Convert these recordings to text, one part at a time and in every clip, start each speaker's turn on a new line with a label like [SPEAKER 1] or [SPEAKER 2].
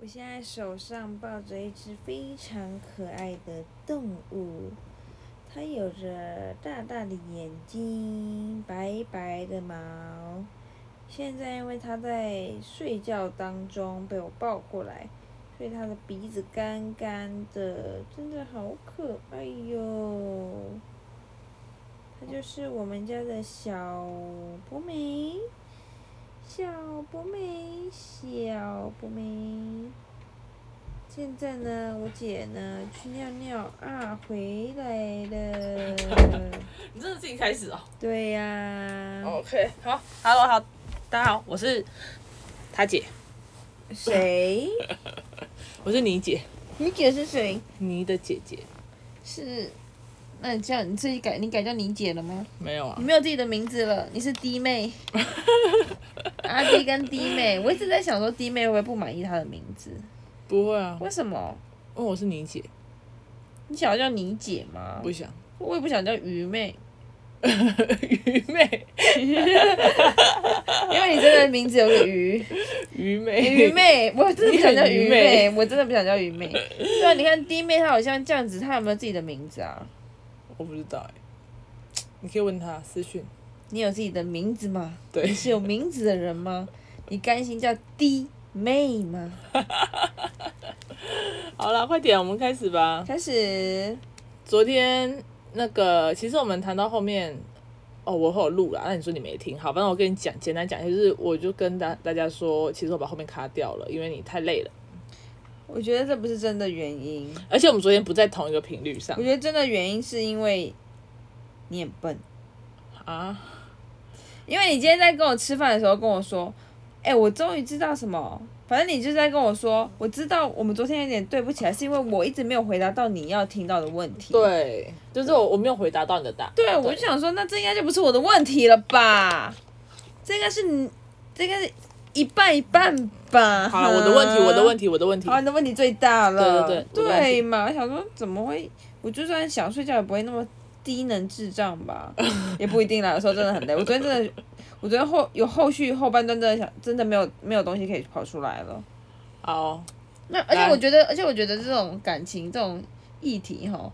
[SPEAKER 1] 我现在手上抱着一只非常可爱的动物，它有着大大的眼睛，白白的毛。现在因为它在睡觉当中被我抱过来，所以它的鼻子干干的，真的好可爱哟。它就是我们家的小博美，小博美，小博美。现在呢，我姐呢去尿尿啊，回来了。
[SPEAKER 2] 你真的自己开始哦。
[SPEAKER 1] 对呀、嗯
[SPEAKER 2] OK，好，Hello，好，大家好，我是他姐，
[SPEAKER 1] 谁？
[SPEAKER 2] 我是你姐，
[SPEAKER 1] 你姐是谁？
[SPEAKER 2] 你的姐姐。
[SPEAKER 1] 是，那你叫你自己改，你改叫你姐了吗？
[SPEAKER 2] 没有啊
[SPEAKER 1] 你，没有自己的名字了，你是弟妹，阿弟跟弟妹。我一直在想说，弟妹会不会不满意她的名字？
[SPEAKER 2] 不会啊，
[SPEAKER 1] 为什么？
[SPEAKER 2] 因为我是你姐，
[SPEAKER 1] 你想要叫你姐吗？
[SPEAKER 2] 不想。
[SPEAKER 1] 我也不想叫愚妹，
[SPEAKER 2] 愚昧，
[SPEAKER 1] 因为你真的名字有个愚
[SPEAKER 2] 愚昧，
[SPEAKER 1] 愚。妹，我真的不想叫愚
[SPEAKER 2] 哎你
[SPEAKER 1] 妹，
[SPEAKER 2] 很
[SPEAKER 1] 我真的不想叫愚妹。对啊，你看弟妹她好像这样子，她有没有自己的名字啊？
[SPEAKER 2] 我不知道哎、你可以问他私讯。
[SPEAKER 1] 你有自己的名字吗？
[SPEAKER 2] 对
[SPEAKER 1] 你，是有名字的人吗？你甘心叫弟妹吗？
[SPEAKER 2] 好啦，快点，我们开始吧。
[SPEAKER 1] 开始，
[SPEAKER 2] 昨天那个，其实我们谈到后面，哦，我会有录啦，那你说你没听，好，反正我跟你讲，简单讲，就是我就跟大大家说，其实我把后面卡掉了，因为你太累了，
[SPEAKER 1] 我觉得这不是真的原因，
[SPEAKER 2] 而且我们昨天不在同一个频率上
[SPEAKER 1] 我觉得真的原因是因为你很笨，
[SPEAKER 2] 啊，
[SPEAKER 1] 因为你今天在跟我吃饭的时候跟我说，哎、我终于知道什么。反正你就是在跟我说，我知道我们昨天有点对不起来，是因为我一直没有回答到你要听到的问题。，
[SPEAKER 2] 对，就是我我没有回答到你的答，
[SPEAKER 1] 对，我就想说，那这应该就不是我的问题了吧？这应该是你，这应该是一半一半吧。
[SPEAKER 2] 好了，我的问题，我的问
[SPEAKER 1] 题。
[SPEAKER 2] 题，我的问题
[SPEAKER 1] 好，，你的啊问题最大了。
[SPEAKER 2] 对对对我的问题
[SPEAKER 1] 对嘛？我想说，怎么会？我就算想睡觉，也不会那么低能智障 吧？也不一定啦，有时候真的很累。我昨天真的，我昨天后有后续后半段真的想，真的没有没有东西可以跑出来了。
[SPEAKER 2] 好，
[SPEAKER 1] 那而且
[SPEAKER 2] 来
[SPEAKER 1] 我觉得，而且我觉得这种感情这种议题哈，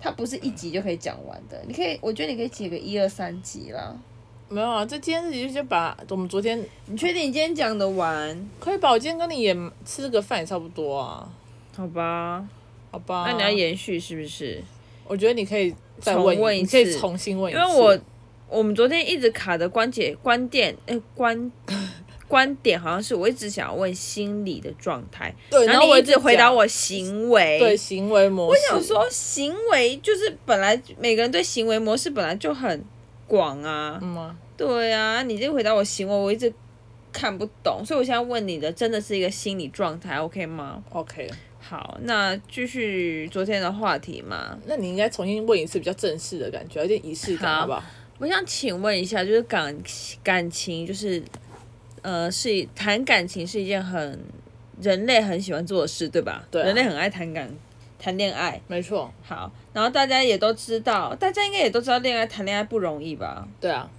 [SPEAKER 1] 它不是一集就可以讲完的。你可以，我觉得你可以解个一二三集啦。
[SPEAKER 2] 没有啊，这今天自己就先把我们昨天
[SPEAKER 1] 你确定你今天讲得完？
[SPEAKER 2] 可以吧，我今天跟你也吃个饭也差不多啊，
[SPEAKER 1] 好吧，
[SPEAKER 2] 好吧，
[SPEAKER 1] 那你要，延续是不是？
[SPEAKER 2] 我觉得你可以再
[SPEAKER 1] 重
[SPEAKER 2] 问，
[SPEAKER 1] 问一
[SPEAKER 2] 你可以
[SPEAKER 1] 次
[SPEAKER 2] 重新问一
[SPEAKER 1] 因
[SPEAKER 2] 次，
[SPEAKER 1] 为我我们昨天一直卡的关节关键，哎、关 观点好像是我一直想要问心理的状态，
[SPEAKER 2] 对，
[SPEAKER 1] 然
[SPEAKER 2] 然
[SPEAKER 1] 后
[SPEAKER 2] 后
[SPEAKER 1] 你
[SPEAKER 2] 我
[SPEAKER 1] 一直回答
[SPEAKER 2] 讲
[SPEAKER 1] 我行为。
[SPEAKER 2] 对，行为模式。
[SPEAKER 1] 我想说行为就是本来每个人对行为模式本来就很广啊，
[SPEAKER 2] 嗯啊，
[SPEAKER 1] 对啊，你这个回答我行为我一直看不懂，所以我现在问你的真的是一个心理状态，OK 吗？
[SPEAKER 2] OK，
[SPEAKER 1] 好，那继续昨天的话题嘛，
[SPEAKER 2] 那你应该重新问一次比较正式的感觉，有点仪式感，
[SPEAKER 1] 好
[SPEAKER 2] 好不好？
[SPEAKER 1] 我想请问一下，就是感感情，就是呃，是谈感情是一件很人类很喜欢做的事，对吧？
[SPEAKER 2] 对啊
[SPEAKER 1] 人类很爱谈感谈恋爱。
[SPEAKER 2] 没错，
[SPEAKER 1] 好，然后大家也都知道，大家应该也都知道，恋爱谈恋爱不容易吧？
[SPEAKER 2] 对啊，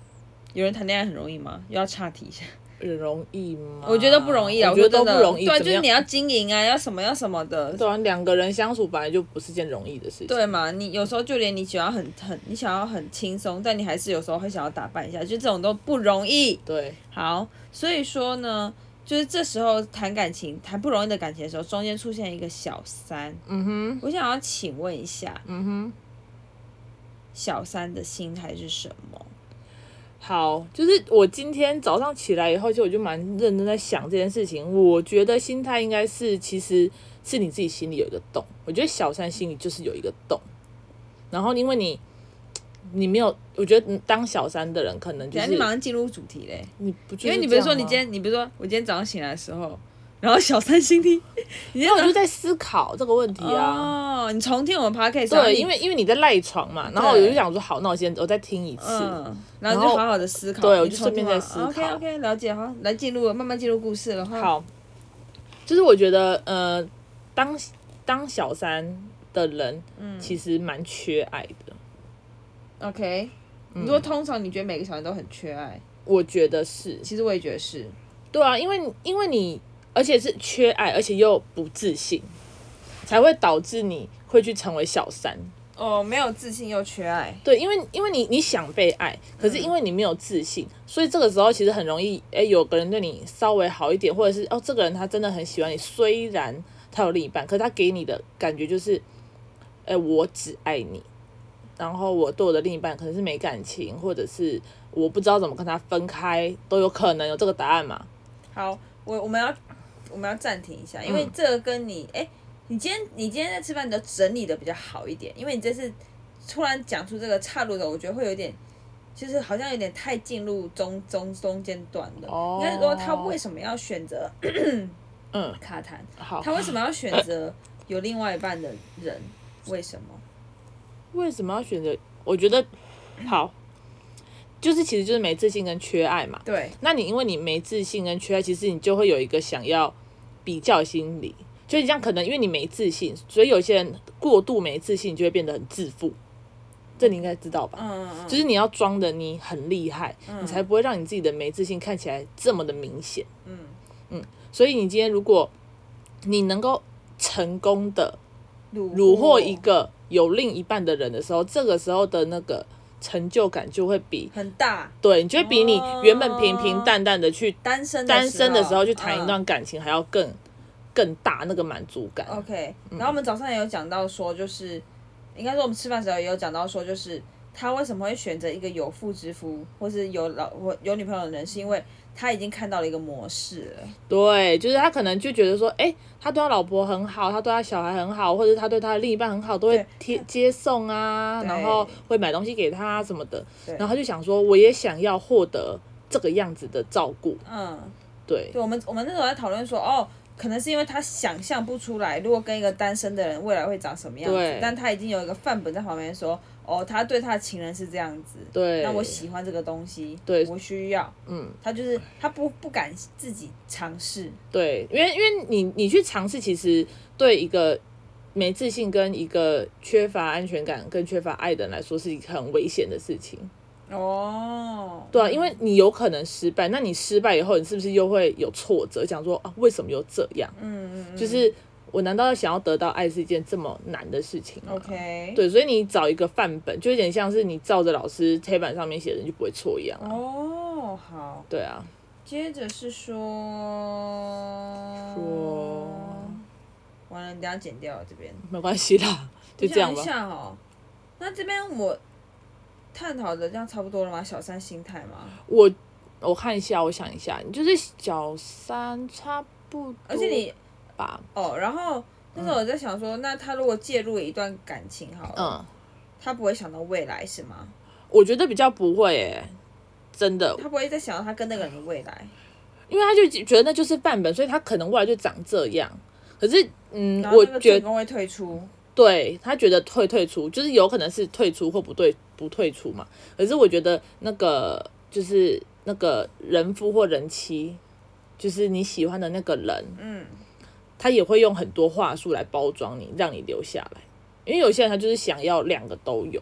[SPEAKER 1] 有人谈恋爱很容易吗？又要岔题一下，
[SPEAKER 2] 很容易吗？
[SPEAKER 1] 我觉得不容易啊，
[SPEAKER 2] 我觉得都
[SPEAKER 1] 真
[SPEAKER 2] 不
[SPEAKER 1] 的
[SPEAKER 2] 容易。
[SPEAKER 1] 对啊，
[SPEAKER 2] 怎
[SPEAKER 1] 就
[SPEAKER 2] 么
[SPEAKER 1] 是
[SPEAKER 2] 样
[SPEAKER 1] 你要经营啊，要什么要什么的，
[SPEAKER 2] 对啊，两个人相处本来就不是件容易的事情。
[SPEAKER 1] 对嘛？你有时候就连你喜欢很很，你想要很轻松，但你还是有时候会想要打扮一下，就这种都不容易。
[SPEAKER 2] 对
[SPEAKER 1] 好，所以说呢，就是这时候谈感情，谈不容易的感情的时候，中间出现一个小三，
[SPEAKER 2] 嗯哼，
[SPEAKER 1] 我想要请问一下，
[SPEAKER 2] 嗯哼。
[SPEAKER 1] 小三的心态是什么？
[SPEAKER 2] 好，就是我今天早上起来以后，就我就蛮认真在想这件事情。我觉得心态应该是，其实是你自己心里有一个洞。我觉得小三心里就是有一个洞，然后因为你，你没有，我觉得当小三的人可能就
[SPEAKER 1] 等一下
[SPEAKER 2] 是
[SPEAKER 1] 你马上进入主题嘞，
[SPEAKER 2] 你不就是
[SPEAKER 1] 因为你比如
[SPEAKER 2] 这
[SPEAKER 1] 说
[SPEAKER 2] 样啊
[SPEAKER 1] 你今
[SPEAKER 2] 吗
[SPEAKER 1] 天，你比如说我今天早上醒来的时候，然后小三心里，你今天
[SPEAKER 2] 我就在思考这个问题啊。
[SPEAKER 1] 哦，你重听我们 podcast，然后
[SPEAKER 2] 对，
[SPEAKER 1] 你
[SPEAKER 2] 因为因为你在赖床嘛，然后我
[SPEAKER 1] 对
[SPEAKER 2] 就想说，好，那我先我再听一次。
[SPEAKER 1] 嗯，然后就
[SPEAKER 2] 然后
[SPEAKER 1] 好好的思考，
[SPEAKER 2] 对我
[SPEAKER 1] 你
[SPEAKER 2] 就
[SPEAKER 1] 重
[SPEAKER 2] 顺便
[SPEAKER 1] 听完
[SPEAKER 2] 在思考
[SPEAKER 1] OK OK，了解哈，来进入慢慢进入故事了哈。，
[SPEAKER 2] 好，就是我觉得呃，当当小三的人，其实蛮缺爱的。嗯
[SPEAKER 1] ，OK。你说通常你觉得每个小孩都很缺爱，
[SPEAKER 2] 我觉得是
[SPEAKER 1] 其实我也觉得是，
[SPEAKER 2] 对啊，因为因为你而且是缺爱，而且又不自信，才会导致你会去成为小三。
[SPEAKER 1] 哦，没有自信又缺爱，
[SPEAKER 2] 对，因为因为你你想被爱，可是因为你没有自信，所以这个时候其实很容易，哎，有个人对你稍微好一点，或者是哦，这个人他真的很喜欢你，虽然他有另一半，可是他给你的感觉就是，哎，我只爱你，然后我对我的另一半可能是没感情，或者是我不知道怎么跟他分开，都有可能有这个答案嘛？
[SPEAKER 1] 好，我我们要我们要暂停一
[SPEAKER 2] 嗯
[SPEAKER 1] 下，因为这个跟你哎、你今天你今天在吃饭，你都整理的比较好一点，因为你这次突然讲出这个岔路的，我觉得会有点，就是好像有点太进入中中中间段了。
[SPEAKER 2] 哦
[SPEAKER 1] 应该说他为什么要选择
[SPEAKER 2] 嗯，
[SPEAKER 1] 卡痰？
[SPEAKER 2] 好，
[SPEAKER 1] 他为什么要选择有另外一半的人？为什么？
[SPEAKER 2] 为什么要选择？我觉得好，就是其实就是没自信跟缺爱嘛。
[SPEAKER 1] 对，
[SPEAKER 2] 那你因为你没自信跟缺爱，其实你就会有一个想要比较心理，就像可能因为你没自信，所以有些人过度没自信，你就会变得很自负。这你应该知道吧？
[SPEAKER 1] 嗯嗯
[SPEAKER 2] 就是你要装的你很厉害，你才不会让你自己的没自信看起来这么的明显。
[SPEAKER 1] 嗯
[SPEAKER 2] 所以你今天如果你能够成功的
[SPEAKER 1] 虏
[SPEAKER 2] 虏获一个有另一半的人的时候，这个时候的那个成就感就会比
[SPEAKER 1] 很大
[SPEAKER 2] 对，你就会比你原本平平
[SPEAKER 1] 哦
[SPEAKER 2] 淡淡的去
[SPEAKER 1] 单身
[SPEAKER 2] 单身的时候去谈
[SPEAKER 1] 嗯哦
[SPEAKER 2] 一段感情还要更、更大那个满足感。
[SPEAKER 1] OK，然
[SPEAKER 2] 嗯
[SPEAKER 1] 后我们早上也有讲到说，就是、应该说我们吃饭时候也有讲到说，就是他为什么会选择一个有妇之夫，或是有老或有女朋友的人，是因为他已经看到了一个模式了。
[SPEAKER 2] 对，就是他可能就觉得说，哎、他对他老婆很好，他对他小孩很好，或者他对他的另一半很好，都会
[SPEAKER 1] 对
[SPEAKER 2] 贴接送啊，
[SPEAKER 1] 对
[SPEAKER 2] 然后会买东西给他什么的。
[SPEAKER 1] 对
[SPEAKER 2] 然后他就想说，我也想要获得这个样子的照顾。
[SPEAKER 1] 嗯，
[SPEAKER 2] 对，
[SPEAKER 1] 对，我们我们那时候在讨论说，哦，可能是因为他想象不出来，如果跟一个单身的人未来会长什么样子
[SPEAKER 2] 对，
[SPEAKER 1] 但他已经有一个范本在旁边说，哦，他对他的情人是这样子。
[SPEAKER 2] 对，
[SPEAKER 1] 那我喜欢这个东西，
[SPEAKER 2] 对
[SPEAKER 1] 我需要，
[SPEAKER 2] 嗯，
[SPEAKER 1] 他就是他不不敢自己尝试，
[SPEAKER 2] 对，因为因为你你去尝试，其实对一个没自信跟一个缺乏安全感跟缺乏爱的人来说，是一个很危险的事情。
[SPEAKER 1] 哦，
[SPEAKER 2] 对啊，因为你有可能失败，那你失败以后，你是不是又会有挫折？想说啊，为什么又这样？
[SPEAKER 1] 嗯，嗯嗯，
[SPEAKER 2] 就是我难道想要得到爱是一件这么难的事情吗
[SPEAKER 1] OK，，
[SPEAKER 2] 对，所以你找一个范本，就有点像是你照着老师黑板上面写的，你就不会错一样啊。
[SPEAKER 1] 哦，好，
[SPEAKER 2] 对啊，
[SPEAKER 1] 接着是说
[SPEAKER 2] 说
[SPEAKER 1] 完了，你等一下剪掉这边，
[SPEAKER 2] 没关系啦，就这样
[SPEAKER 1] 我
[SPEAKER 2] 吧
[SPEAKER 1] 想一。下哦，那这边我探讨的这样差不多了吗？小三心态吗？
[SPEAKER 2] 我我看一下，我想一下，你就是小三差不多，
[SPEAKER 1] 而且你
[SPEAKER 2] 吧，
[SPEAKER 1] 哦，然后那时候我在想说，那他如果介入一段感情好了，
[SPEAKER 2] 嗯，
[SPEAKER 1] 他不会想到未来是吗？
[SPEAKER 2] 我觉得比较不会诶、真的，
[SPEAKER 1] 他不会再想到他跟那个人的未来，
[SPEAKER 2] 因为他就觉得那就是范本，所以他可能未来就长这样。可是，嗯
[SPEAKER 1] 然，后
[SPEAKER 2] 我
[SPEAKER 1] 那个
[SPEAKER 2] 觉
[SPEAKER 1] 正
[SPEAKER 2] 得
[SPEAKER 1] 宫会退出，
[SPEAKER 2] 对他觉得退退出，就是有可能是退出或不对不退出嘛。可是我觉得那个就是那个人夫或人妻，就是你喜欢的那个人，
[SPEAKER 1] 嗯，
[SPEAKER 2] 他也会用很多话术来包装你，让你留下来。因为有些人他就是想要两个都有，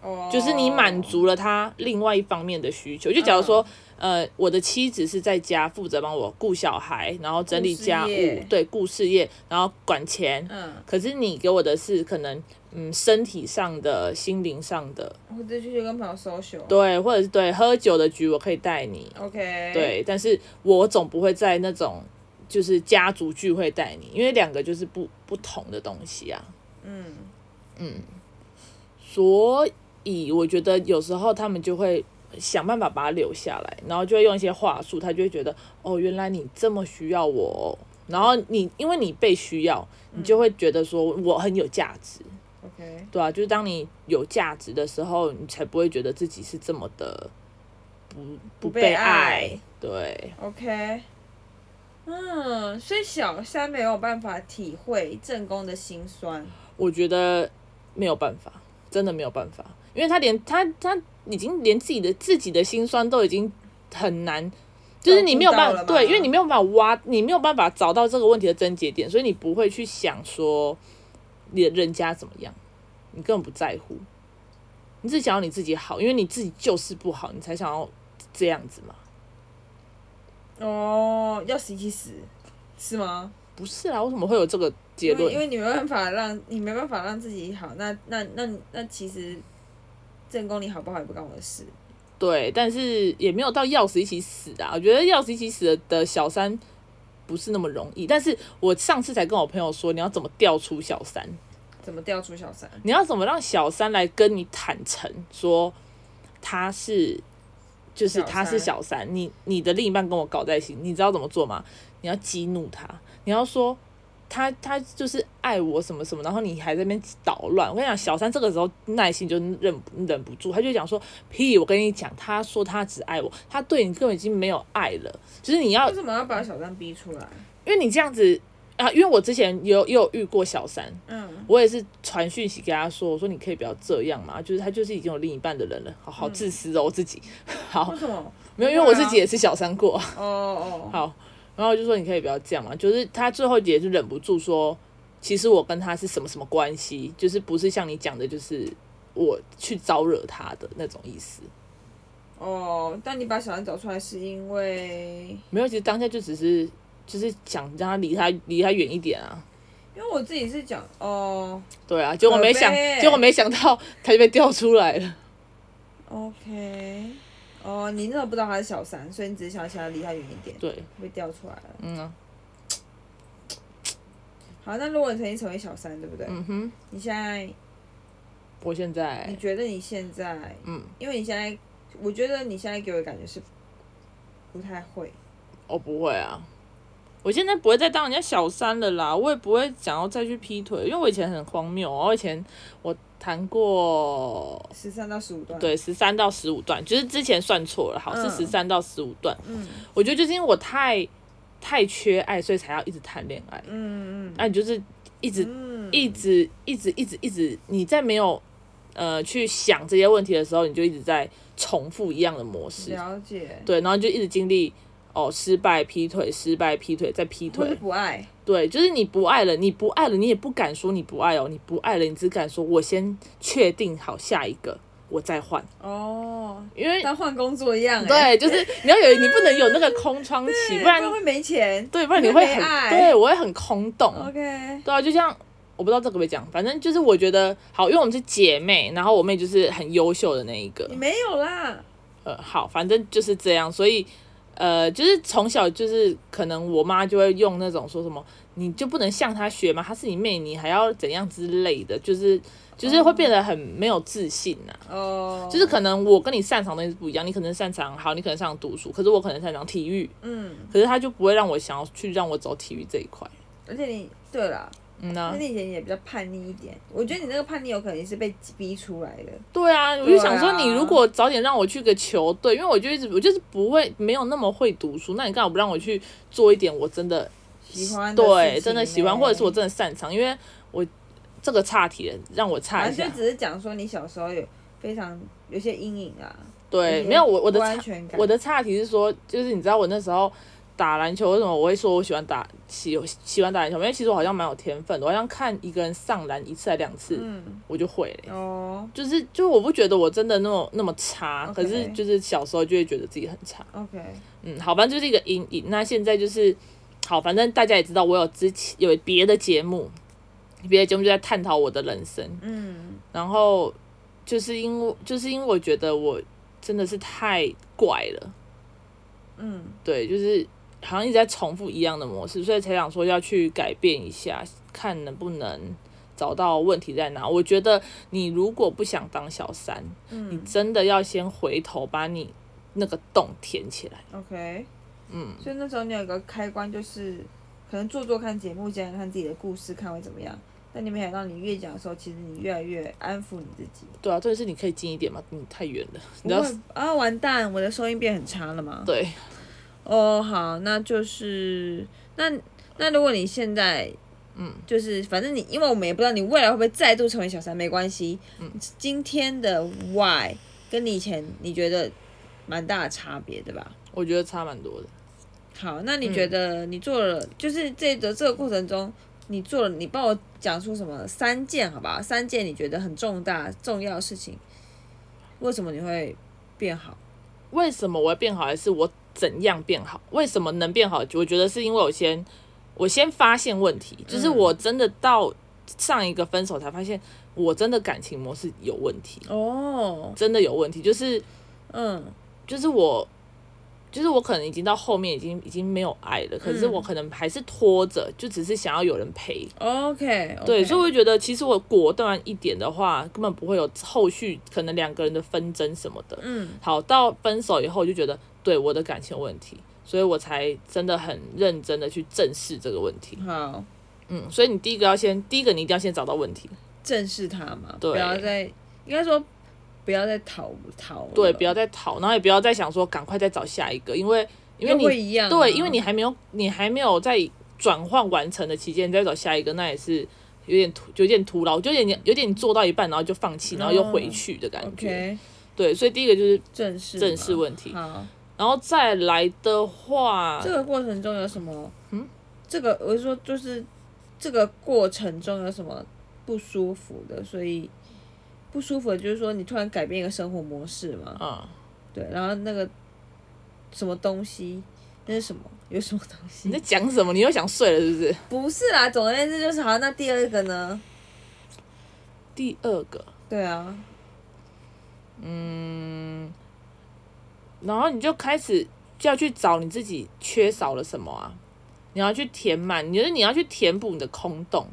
[SPEAKER 1] 哦，
[SPEAKER 2] 就是你满足了他另外一方面的需
[SPEAKER 1] 嗯
[SPEAKER 2] 求。就假如说，呃，我的妻子是在家负责帮我顾小孩，然后整理
[SPEAKER 1] 顾事
[SPEAKER 2] 家务
[SPEAKER 1] 业，
[SPEAKER 2] 对，顾事业，然后管钱。
[SPEAKER 1] 嗯，
[SPEAKER 2] 可是你给我的是可能，嗯，身体上的、心灵上的，
[SPEAKER 1] 或者去跟朋友 social，
[SPEAKER 2] 对，或者是对喝酒的局，我可以带你，
[SPEAKER 1] ，OK，，
[SPEAKER 2] 对，但是我总不会在那种就是家族聚会带你，因为两个就是不不同的东西啊。
[SPEAKER 1] 嗯，
[SPEAKER 2] 所以我觉得有时候他们就会想办法把他留下来，然后就会用一些话术，他就会觉得哦，原来你这么需要我哦、然后你因为你被需要，你就会觉得说我很有价值，
[SPEAKER 1] OK，
[SPEAKER 2] 对啊，就是当你有价值的时候，你才不会觉得自己是这么的不
[SPEAKER 1] 不
[SPEAKER 2] 不
[SPEAKER 1] 被
[SPEAKER 2] 被
[SPEAKER 1] 爱
[SPEAKER 2] 爱，对，
[SPEAKER 1] OK，嗯，所以小三没有办法体会正宫的辛酸。
[SPEAKER 2] 我觉得没有办法，真的没有办法，因为他连他他已经连自己的自己的心酸都已经很难，就是你没有办
[SPEAKER 1] 照顾
[SPEAKER 2] 法
[SPEAKER 1] 到了吗
[SPEAKER 2] 对，因为你没有办法挖，你没有办法找到这个问题的症结点，所以你不会去想说你的人家怎么样，你根本不在乎，你只想要你自己好，因为你自己就是不好，你才想要这样子嘛。
[SPEAKER 1] 哦，要死一起死。是吗？
[SPEAKER 2] 不是啊啦，为什么会有这个结
[SPEAKER 1] 因为
[SPEAKER 2] 论
[SPEAKER 1] 因？为你没办法让你没办法让自己好，那那那那其实正宫你好不好也不干我的事。
[SPEAKER 2] 对，但是也没有到要死一起死啊。我觉得要死一起死的小三不是那么容易。但是我上次才跟我朋友说，你要怎么调出小三，
[SPEAKER 1] 怎么调出小三？
[SPEAKER 2] 你要怎么让小三来跟你坦诚说他是，就是
[SPEAKER 1] 小
[SPEAKER 2] 他是
[SPEAKER 1] 三
[SPEAKER 2] 小三，你你的另一半跟我搞在一起，你知道怎么做吗？你要激怒他，你要说他他就是爱我什么什么，然后你还在那边捣乱。我跟你讲，小三这个时候耐心就忍忍不住，他就讲说屁，我跟你讲，他说他只爱我，他对你根本已经没有爱了，就是你要
[SPEAKER 1] 为什么要把小三逼出来？
[SPEAKER 2] 因为你这样子啊，因为我之前有也有遇过小三，
[SPEAKER 1] 嗯，
[SPEAKER 2] 我也是传讯息给他说，我说你可以不要这样嘛，就是他就是已经有另一半的人了，好
[SPEAKER 1] 嗯
[SPEAKER 2] 好自私哦，我自己好
[SPEAKER 1] 为什么？
[SPEAKER 2] 没有，因为我自己也是小三过，
[SPEAKER 1] 哦哦，
[SPEAKER 2] 好，然后我就说你可以不要这样嘛，就是他最后也是忍不住说，其实我跟他是什么什么关系，就是不是像你讲的，就是我去招惹他的那种意思，
[SPEAKER 1] 哦，但你把小三找出来是因为，
[SPEAKER 2] 没有，其实当下就只是就是想让他离他离他远一点啊。
[SPEAKER 1] 因为我自己是讲哦
[SPEAKER 2] 对啊，结果没想
[SPEAKER 1] 可悲，
[SPEAKER 2] 结果没想到他就被调出来了。
[SPEAKER 1] ，OK，哦，你那时候不知道他是小三，所以你只是想要想要离他远一点，
[SPEAKER 2] 对，
[SPEAKER 1] 被调出来了。
[SPEAKER 2] 嗯啊、
[SPEAKER 1] 好，那如果你曾经成为小三，对不对？
[SPEAKER 2] 嗯哎哼，
[SPEAKER 1] 你现在
[SPEAKER 2] 我现在
[SPEAKER 1] 你觉得你现在，
[SPEAKER 2] 嗯，
[SPEAKER 1] 因为你现在，我觉得你现在给我的感觉是不太会，
[SPEAKER 2] 我不会啊，我现在不会再当人家小三了啦，我也不会想要再去劈腿，因为我以前很荒谬啊，我以前我谈过
[SPEAKER 1] 十三到十五段，，
[SPEAKER 2] 对十三到十五段，就是之前算错了，好是
[SPEAKER 1] 嗯
[SPEAKER 2] 十三到十五段，
[SPEAKER 1] 嗯
[SPEAKER 2] 我觉得就是因为我太太缺爱，所以才要一直谈恋爱，
[SPEAKER 1] 嗯嗯
[SPEAKER 2] 那、你就是一直
[SPEAKER 1] 嗯，
[SPEAKER 2] 一直一直一直一直，你在没有呃去想这些问题的时候，你就一直在重复一样的模式，
[SPEAKER 1] 了解，
[SPEAKER 2] 对，然后就一直经历哦失败、劈腿、失败、劈腿、再劈
[SPEAKER 1] 或是
[SPEAKER 2] 腿，
[SPEAKER 1] 不爱，
[SPEAKER 2] 对，就是你不爱了，你不爱了，你也不敢说你不爱哦，你不爱了，你只敢说我先确定好下一个，我再换，
[SPEAKER 1] 哦，
[SPEAKER 2] 因为
[SPEAKER 1] 当换工作一样、欸，
[SPEAKER 2] 对，就是你要有你不能有那个空窗期，
[SPEAKER 1] 对，
[SPEAKER 2] 不然
[SPEAKER 1] 会没钱。
[SPEAKER 2] 对，不然你
[SPEAKER 1] 你
[SPEAKER 2] 会
[SPEAKER 1] 会没
[SPEAKER 2] 很
[SPEAKER 1] 爱哦
[SPEAKER 2] 对我会很空洞。
[SPEAKER 1] OK，
[SPEAKER 2] 对啊，就像我不知道这可不可以讲，反正就是我觉得好，因为我们是姐妹，然后我妹就是很优秀的那一个
[SPEAKER 1] 你，没有啦，
[SPEAKER 2] 呃，好，反正就是这样，所以。呃，就是从小就是可能我妈就会用那种说什么，你就不能向她学嘛，她是你妹，你还要怎样之类的，就是就是会变得很没有自信呐、
[SPEAKER 1] 哦，
[SPEAKER 2] 就是可能我跟你擅长的东西不一样，你可能擅长好，你可能擅长读书，可是我可能擅长体育，
[SPEAKER 1] 嗯，
[SPEAKER 2] 可是她就不会让我想要去让我走体育这一块。
[SPEAKER 1] 而且你对啦，
[SPEAKER 2] 嗯呐、
[SPEAKER 1] 而且你以前也比较叛逆一点，我觉得你那个叛逆有可能是被逼出来的，
[SPEAKER 2] 对啊，我
[SPEAKER 1] 对啊
[SPEAKER 2] 就想说，你如果早点让我去个球队，因为我就一直我就是不会没有那么会读书，那你干嘛不让我去做一点我真的
[SPEAKER 1] 喜欢的事
[SPEAKER 2] 对
[SPEAKER 1] 情
[SPEAKER 2] 真的喜
[SPEAKER 1] 欸
[SPEAKER 2] 欢，或者是我真的擅长？因为我这个岔题了，让我岔
[SPEAKER 1] 反
[SPEAKER 2] 一
[SPEAKER 1] 正
[SPEAKER 2] 下
[SPEAKER 1] 啊就。只是讲说你小时候有非常有些阴影啊，有
[SPEAKER 2] 对，
[SPEAKER 1] 些
[SPEAKER 2] 没有我我的
[SPEAKER 1] 不
[SPEAKER 2] 岔
[SPEAKER 1] 安全感，
[SPEAKER 2] 我的岔题是说，就是你知道我那时候打篮球为什么我会说我喜欢打喜喜欢打篮球？因为其实我好像蛮有天分的，我好像看一个人上篮一次还两次、
[SPEAKER 1] 嗯
[SPEAKER 2] 我就会了。
[SPEAKER 1] 哦
[SPEAKER 2] 就是就是我不觉得我真的那么那么差，可是
[SPEAKER 1] OK
[SPEAKER 2] 就是小时候就会觉得自己很差。
[SPEAKER 1] ，OK，
[SPEAKER 2] 嗯，好，反正就是一个阴影。那现在就是，好，反正大家也知道，我有之前有别的节目，别的节目就在探讨我的人生。
[SPEAKER 1] 嗯
[SPEAKER 2] 然后就是因为，就是因为我觉得我真的是太怪了，
[SPEAKER 1] 嗯
[SPEAKER 2] 对，就是好像一直在重复一样的模式，所以才想说要去改变一下，看能不能找到问题在哪。我觉得你如果不想当小三，你
[SPEAKER 1] 嗯
[SPEAKER 2] 真的要先回头把你那个洞填起来。
[SPEAKER 1] ，OK，
[SPEAKER 2] 嗯。
[SPEAKER 1] 所以那时候你有一个开关就是可能做做看节目，讲讲看自己的故事，看会怎么样。但你没想到，你越讲的时候，其实你越来越安抚你自己。
[SPEAKER 2] 对啊，这是你可以近一点嘛，你太远了，你
[SPEAKER 1] 不
[SPEAKER 2] 知道？
[SPEAKER 1] 会啊，完蛋，我的收音变很差了吗？
[SPEAKER 2] 对，
[SPEAKER 1] 哦，好，那就是那那如果你现在，
[SPEAKER 2] 嗯，
[SPEAKER 1] 就是反正你，因为我们也不知道你未来会不会再度成为小三，没关系。
[SPEAKER 2] 嗯，
[SPEAKER 1] 今天的 why 跟你以前你觉得蛮大的差别，对吧？
[SPEAKER 2] 我觉得差蛮多的。
[SPEAKER 1] 好，那你觉
[SPEAKER 2] 嗯
[SPEAKER 1] 得你做了，就是这个这个过程中，你做了，你帮我讲出什么三件，好吧？三件你觉得很重大重要的事情，为什么你会变好？
[SPEAKER 2] 为什么我会变好，还是我怎样变好？为什么能变好？我觉得是因为我先，我先发现问题，就是我真的到上一个分手才发现，我真的感情模式有问题，
[SPEAKER 1] 哦，
[SPEAKER 2] 真的有问题，就是
[SPEAKER 1] 嗯
[SPEAKER 2] 就是我，就是我可能已经到后面已经已经没有爱了，可是我可能还是拖着，就只是想要有人陪。
[SPEAKER 1] 嗯，OK，
[SPEAKER 2] 对，所以我会觉得，其实我果断一点的话，根本不会有后续可能两个人的纷争什么的。
[SPEAKER 1] 嗯
[SPEAKER 2] 好，到分手以后，我就觉得对我的感情有问题，所以我才真的很认真的去正视这个问题。
[SPEAKER 1] 好，
[SPEAKER 2] 嗯，所以你第一个要先，第一个你一定要先找到问题，
[SPEAKER 1] 正视它嘛，
[SPEAKER 2] 对
[SPEAKER 1] 不要再应该说不要再逃逃了，
[SPEAKER 2] 对，不要再逃，然后也不要再想说赶快再找下一个，因为因为
[SPEAKER 1] 又
[SPEAKER 2] 你
[SPEAKER 1] 会一样啊，
[SPEAKER 2] 对，因为你还没有，你还没有在转换完成的期间，你再找下一个，那也是有点徒，有点徒劳，就有点有点做到一半，然后就放弃，然后又回去的感觉。
[SPEAKER 1] 哦 OK
[SPEAKER 2] 对，所以第一个就是
[SPEAKER 1] 正视
[SPEAKER 2] 嗯正视
[SPEAKER 1] 嘛
[SPEAKER 2] 问题，
[SPEAKER 1] 好，
[SPEAKER 2] 然后再来的话
[SPEAKER 1] 这，个过程中有什么？
[SPEAKER 2] 嗯，
[SPEAKER 1] 这个我是说就是这个过程中有什么不舒服的，所以。不舒服的就是说，你突然改变一个生活模式嘛，
[SPEAKER 2] 嗯，
[SPEAKER 1] 对，然后那个什么东西，那是什么？有什么东
[SPEAKER 2] 你
[SPEAKER 1] 西
[SPEAKER 2] 在？讲什么？你又想睡了是不是？
[SPEAKER 1] 不是啦，总而言之就是好。那第二个呢？
[SPEAKER 2] 第二个，
[SPEAKER 1] 对啊，
[SPEAKER 2] 然后你就开始就要去找你自己缺少了什么啊？你要去填满，你就是你要去填补你的空洞。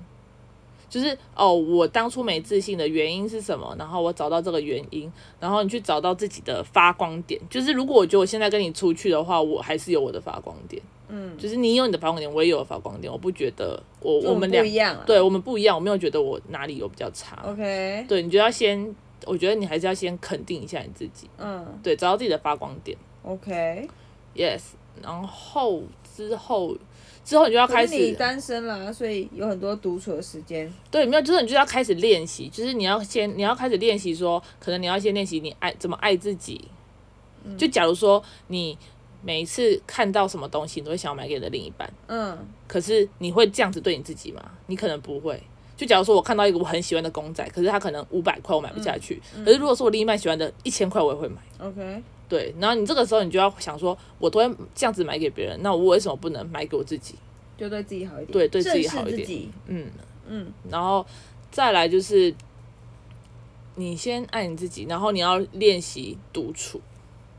[SPEAKER 2] 就是哦，我当初没自信的原因是什么？然后我找到这个原因，然后你去找到自己的发光点。就是如果我觉得我现在跟你出去的话，我还是有我的发光点。
[SPEAKER 1] 嗯，
[SPEAKER 2] 就是你有你的发光点，我也有发光点。我不觉得我
[SPEAKER 1] 就
[SPEAKER 2] 我们
[SPEAKER 1] 不
[SPEAKER 2] 俩
[SPEAKER 1] 一样啦。啊
[SPEAKER 2] 对我们不一样，我没有觉得我哪里有比较差。
[SPEAKER 1] ，OK，
[SPEAKER 2] 对，你就要先，我觉得你还是要先肯定一下你自己，
[SPEAKER 1] 嗯
[SPEAKER 2] 对，找到自己的发光点。
[SPEAKER 1] ，OK。
[SPEAKER 2] Yes，然后之后之后你就要
[SPEAKER 1] 可
[SPEAKER 2] 开
[SPEAKER 1] 是你
[SPEAKER 2] 始
[SPEAKER 1] 单身啦，所以有很多独处的时间。
[SPEAKER 2] 对，没有，就是你就要开始练习，就是你要先你要开始练习说，可能你要先练习你爱怎么爱自己。就假如说你每一次看到什么东西，你都会想要买给你的另一半，
[SPEAKER 1] 嗯
[SPEAKER 2] 可是你会这样子对你自己吗？你可能不会。就假如说我看到一个我很喜欢的公仔，可是它可能五百块我买不下去，可是如果是我另一半喜欢的，一千块我也会买。
[SPEAKER 1] ，OK，
[SPEAKER 2] 对，然后你这个时候你就要想说，我都会这样子买给别人，那我为什么不能买给我自己？
[SPEAKER 1] 就对自己好一点。
[SPEAKER 2] 对对自己
[SPEAKER 1] 正视
[SPEAKER 2] 好一
[SPEAKER 1] 自
[SPEAKER 2] 点
[SPEAKER 1] 己
[SPEAKER 2] 嗯
[SPEAKER 1] 嗯，
[SPEAKER 2] 然后再来就是，你先爱你自己，然后你要练习独处。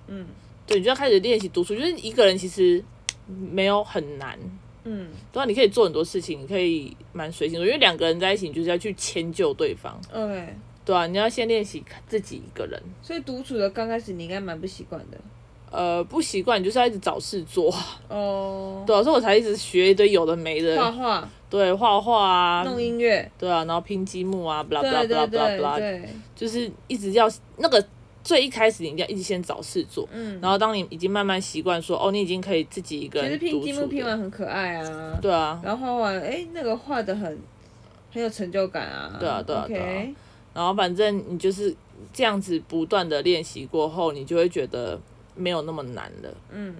[SPEAKER 1] 嗯
[SPEAKER 2] 对，你就要开始练习独处，就是一个人其实没有很难，
[SPEAKER 1] 嗯
[SPEAKER 2] 对吧？啊你可以做很多事情，你可以蛮随性的，因为两个人在一起，你就是要去迁就对方，
[SPEAKER 1] ，OK。
[SPEAKER 2] 对啊，你要先练习自己一个人，
[SPEAKER 1] 所以独处的刚开始你应该蛮不习惯的。
[SPEAKER 2] 呃，不习惯你就是要一直找事做，
[SPEAKER 1] 哦，
[SPEAKER 2] 对啊，所以我才一直学一堆有的没
[SPEAKER 1] 画
[SPEAKER 2] 的，
[SPEAKER 1] 画、
[SPEAKER 2] 对，画画啊，
[SPEAKER 1] 弄音乐，
[SPEAKER 2] 对啊，然后拼积木啊，blah
[SPEAKER 1] 对
[SPEAKER 2] blah
[SPEAKER 1] 对
[SPEAKER 2] blah
[SPEAKER 1] 对
[SPEAKER 2] blah blah，
[SPEAKER 1] 对，
[SPEAKER 2] 就是一直要那个最一开始你一定要一直先找事做，
[SPEAKER 1] 嗯。
[SPEAKER 2] 然后当你已经慢慢习惯说，哦，你已经可以自己一个
[SPEAKER 1] 其
[SPEAKER 2] 人
[SPEAKER 1] 实
[SPEAKER 2] 独
[SPEAKER 1] 拼积木
[SPEAKER 2] 处
[SPEAKER 1] 拼
[SPEAKER 2] 的，
[SPEAKER 1] 完很可爱啊，
[SPEAKER 2] 对啊，
[SPEAKER 1] 然后画完，哎、那个画的很很有成就感啊。
[SPEAKER 2] 对啊对啊
[SPEAKER 1] OK，
[SPEAKER 2] 对啊然后反正你就是这样子不断的练习过后，你就会觉得没有那么难了，
[SPEAKER 1] 嗯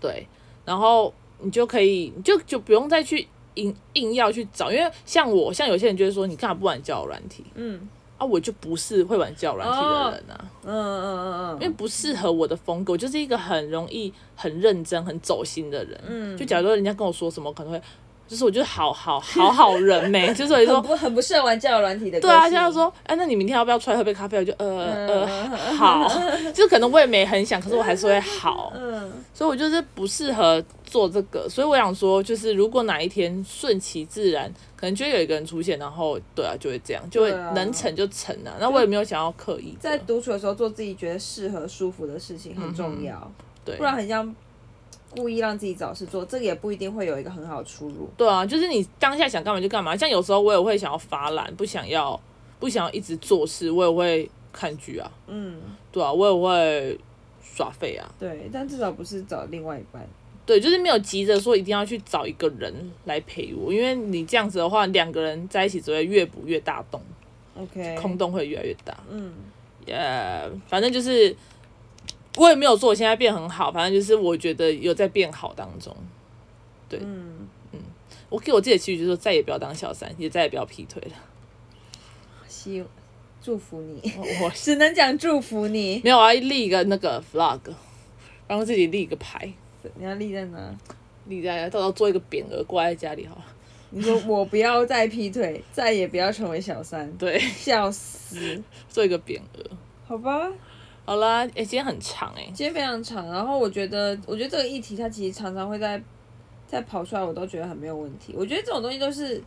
[SPEAKER 2] 对，然后你就可以，你就就不用再去硬硬要去找，因为像我，像有些人就会说，你干嘛不玩交友软体
[SPEAKER 1] 嗯
[SPEAKER 2] 啊？我就不是会玩交友软体的人啊，
[SPEAKER 1] 嗯嗯嗯嗯
[SPEAKER 2] 因为
[SPEAKER 1] 嗯，
[SPEAKER 2] 不适合我的风格，我就是一个很容易、很认真、很走心的人。
[SPEAKER 1] 嗯
[SPEAKER 2] 就假如说人家跟我说什么，可能会就是我就是好好好好人呗、 就是我
[SPEAKER 1] 很
[SPEAKER 2] 就说。
[SPEAKER 1] 不很不适合玩交友软体的。
[SPEAKER 2] 对啊，像他，说，哎、那你明天要不要出来喝杯咖啡？我就呃
[SPEAKER 1] 嗯
[SPEAKER 2] 呃好， 就可能我也没很想，可是我还是会好，
[SPEAKER 1] 嗯
[SPEAKER 2] 所以我就是不适合做这个，所以我想说，就是如果哪一天顺其自然，可能就会有一个人出现，然后对啊，就会这样，就会
[SPEAKER 1] 对啊
[SPEAKER 2] 能成就成啊。那我也没有想要刻意的，
[SPEAKER 1] 在独处的时候做自己觉得适合、舒服的事情很重要，
[SPEAKER 2] 嗯对，
[SPEAKER 1] 不然很像故意让自己找事做，这个也不一定会有一个很好的出入。
[SPEAKER 2] 对啊，就是你当下想干嘛就干嘛。像有时候我也会想要发懒，不想要不想要一直做事，我也会看剧啊，
[SPEAKER 1] 嗯，
[SPEAKER 2] 对啊，我也会耍废啊，
[SPEAKER 1] 对，但至少不是找另外一半。
[SPEAKER 2] 对，就是没有急着说一定要去找一个人来陪我，因为你这样子的话，两个人在一起只会越补越大洞，
[SPEAKER 1] OK，
[SPEAKER 2] 空洞会越来越大。
[SPEAKER 1] 嗯，
[SPEAKER 2] 呃，反正就是我也没有说我现在变很好，反正就是我觉得有在变好当中。对，嗯我给我自己的期许就是说再也不要当小三，也再也不要劈腿了。
[SPEAKER 1] 希祝福你，
[SPEAKER 2] 我我
[SPEAKER 1] 只能讲祝福你。
[SPEAKER 2] 没有，我要立一个那个 flag，帮自己立一个牌。
[SPEAKER 1] 你要立在哪？
[SPEAKER 2] 你来到时候做一个匾额挂在家里好了。
[SPEAKER 1] 你说我不要再劈腿，再也不要成为小三，
[SPEAKER 2] 对，
[SPEAKER 1] 笑死。
[SPEAKER 2] 做一个匾额。
[SPEAKER 1] 好吧，
[SPEAKER 2] 好啦，哎、今天很长哎、
[SPEAKER 1] 今天非常长，然后我觉得，我觉得这个议题它其实常常会在在跑出来，我都觉得很没有问题。我觉得这种东西都是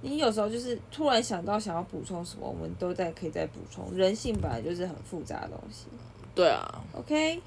[SPEAKER 1] 你有时候就是突然想到想要补充什么，我们都在可以再补充。人性本来就是很复杂的东西。
[SPEAKER 2] 对啊
[SPEAKER 1] OK，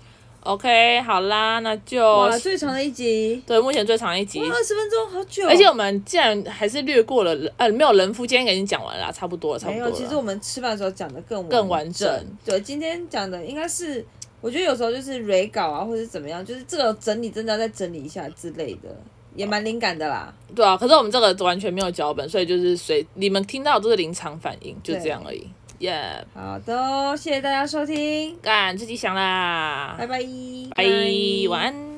[SPEAKER 2] ，OK，好啦，那就
[SPEAKER 1] 哇，最长的一集，
[SPEAKER 2] 对目前最长一集
[SPEAKER 1] 哇，。二十分钟，好久。哦
[SPEAKER 2] 而且我们竟然还是略过了人，呃，没有人夫，今天已经讲完了啦，差不多了，差不
[SPEAKER 1] 没
[SPEAKER 2] 多
[SPEAKER 1] 有，
[SPEAKER 2] 了。
[SPEAKER 1] 其实我们吃饭的时候讲的更
[SPEAKER 2] 更
[SPEAKER 1] 完
[SPEAKER 2] 完整
[SPEAKER 1] 对，今天讲的应该是，我觉得有时候就是蕊稿啊，或者是怎么样，就是这个整理真的要再整理一下之类的，也蛮灵感的啦。
[SPEAKER 2] 对啊，可是我们这个完全没有脚本，所以就是随你们听到都是临场反应，就
[SPEAKER 1] 对
[SPEAKER 2] 这样而已。耶，
[SPEAKER 1] 好的哦，谢谢大家收听，
[SPEAKER 2] 干自己想啦，
[SPEAKER 1] 拜拜，
[SPEAKER 2] 拜，晚安。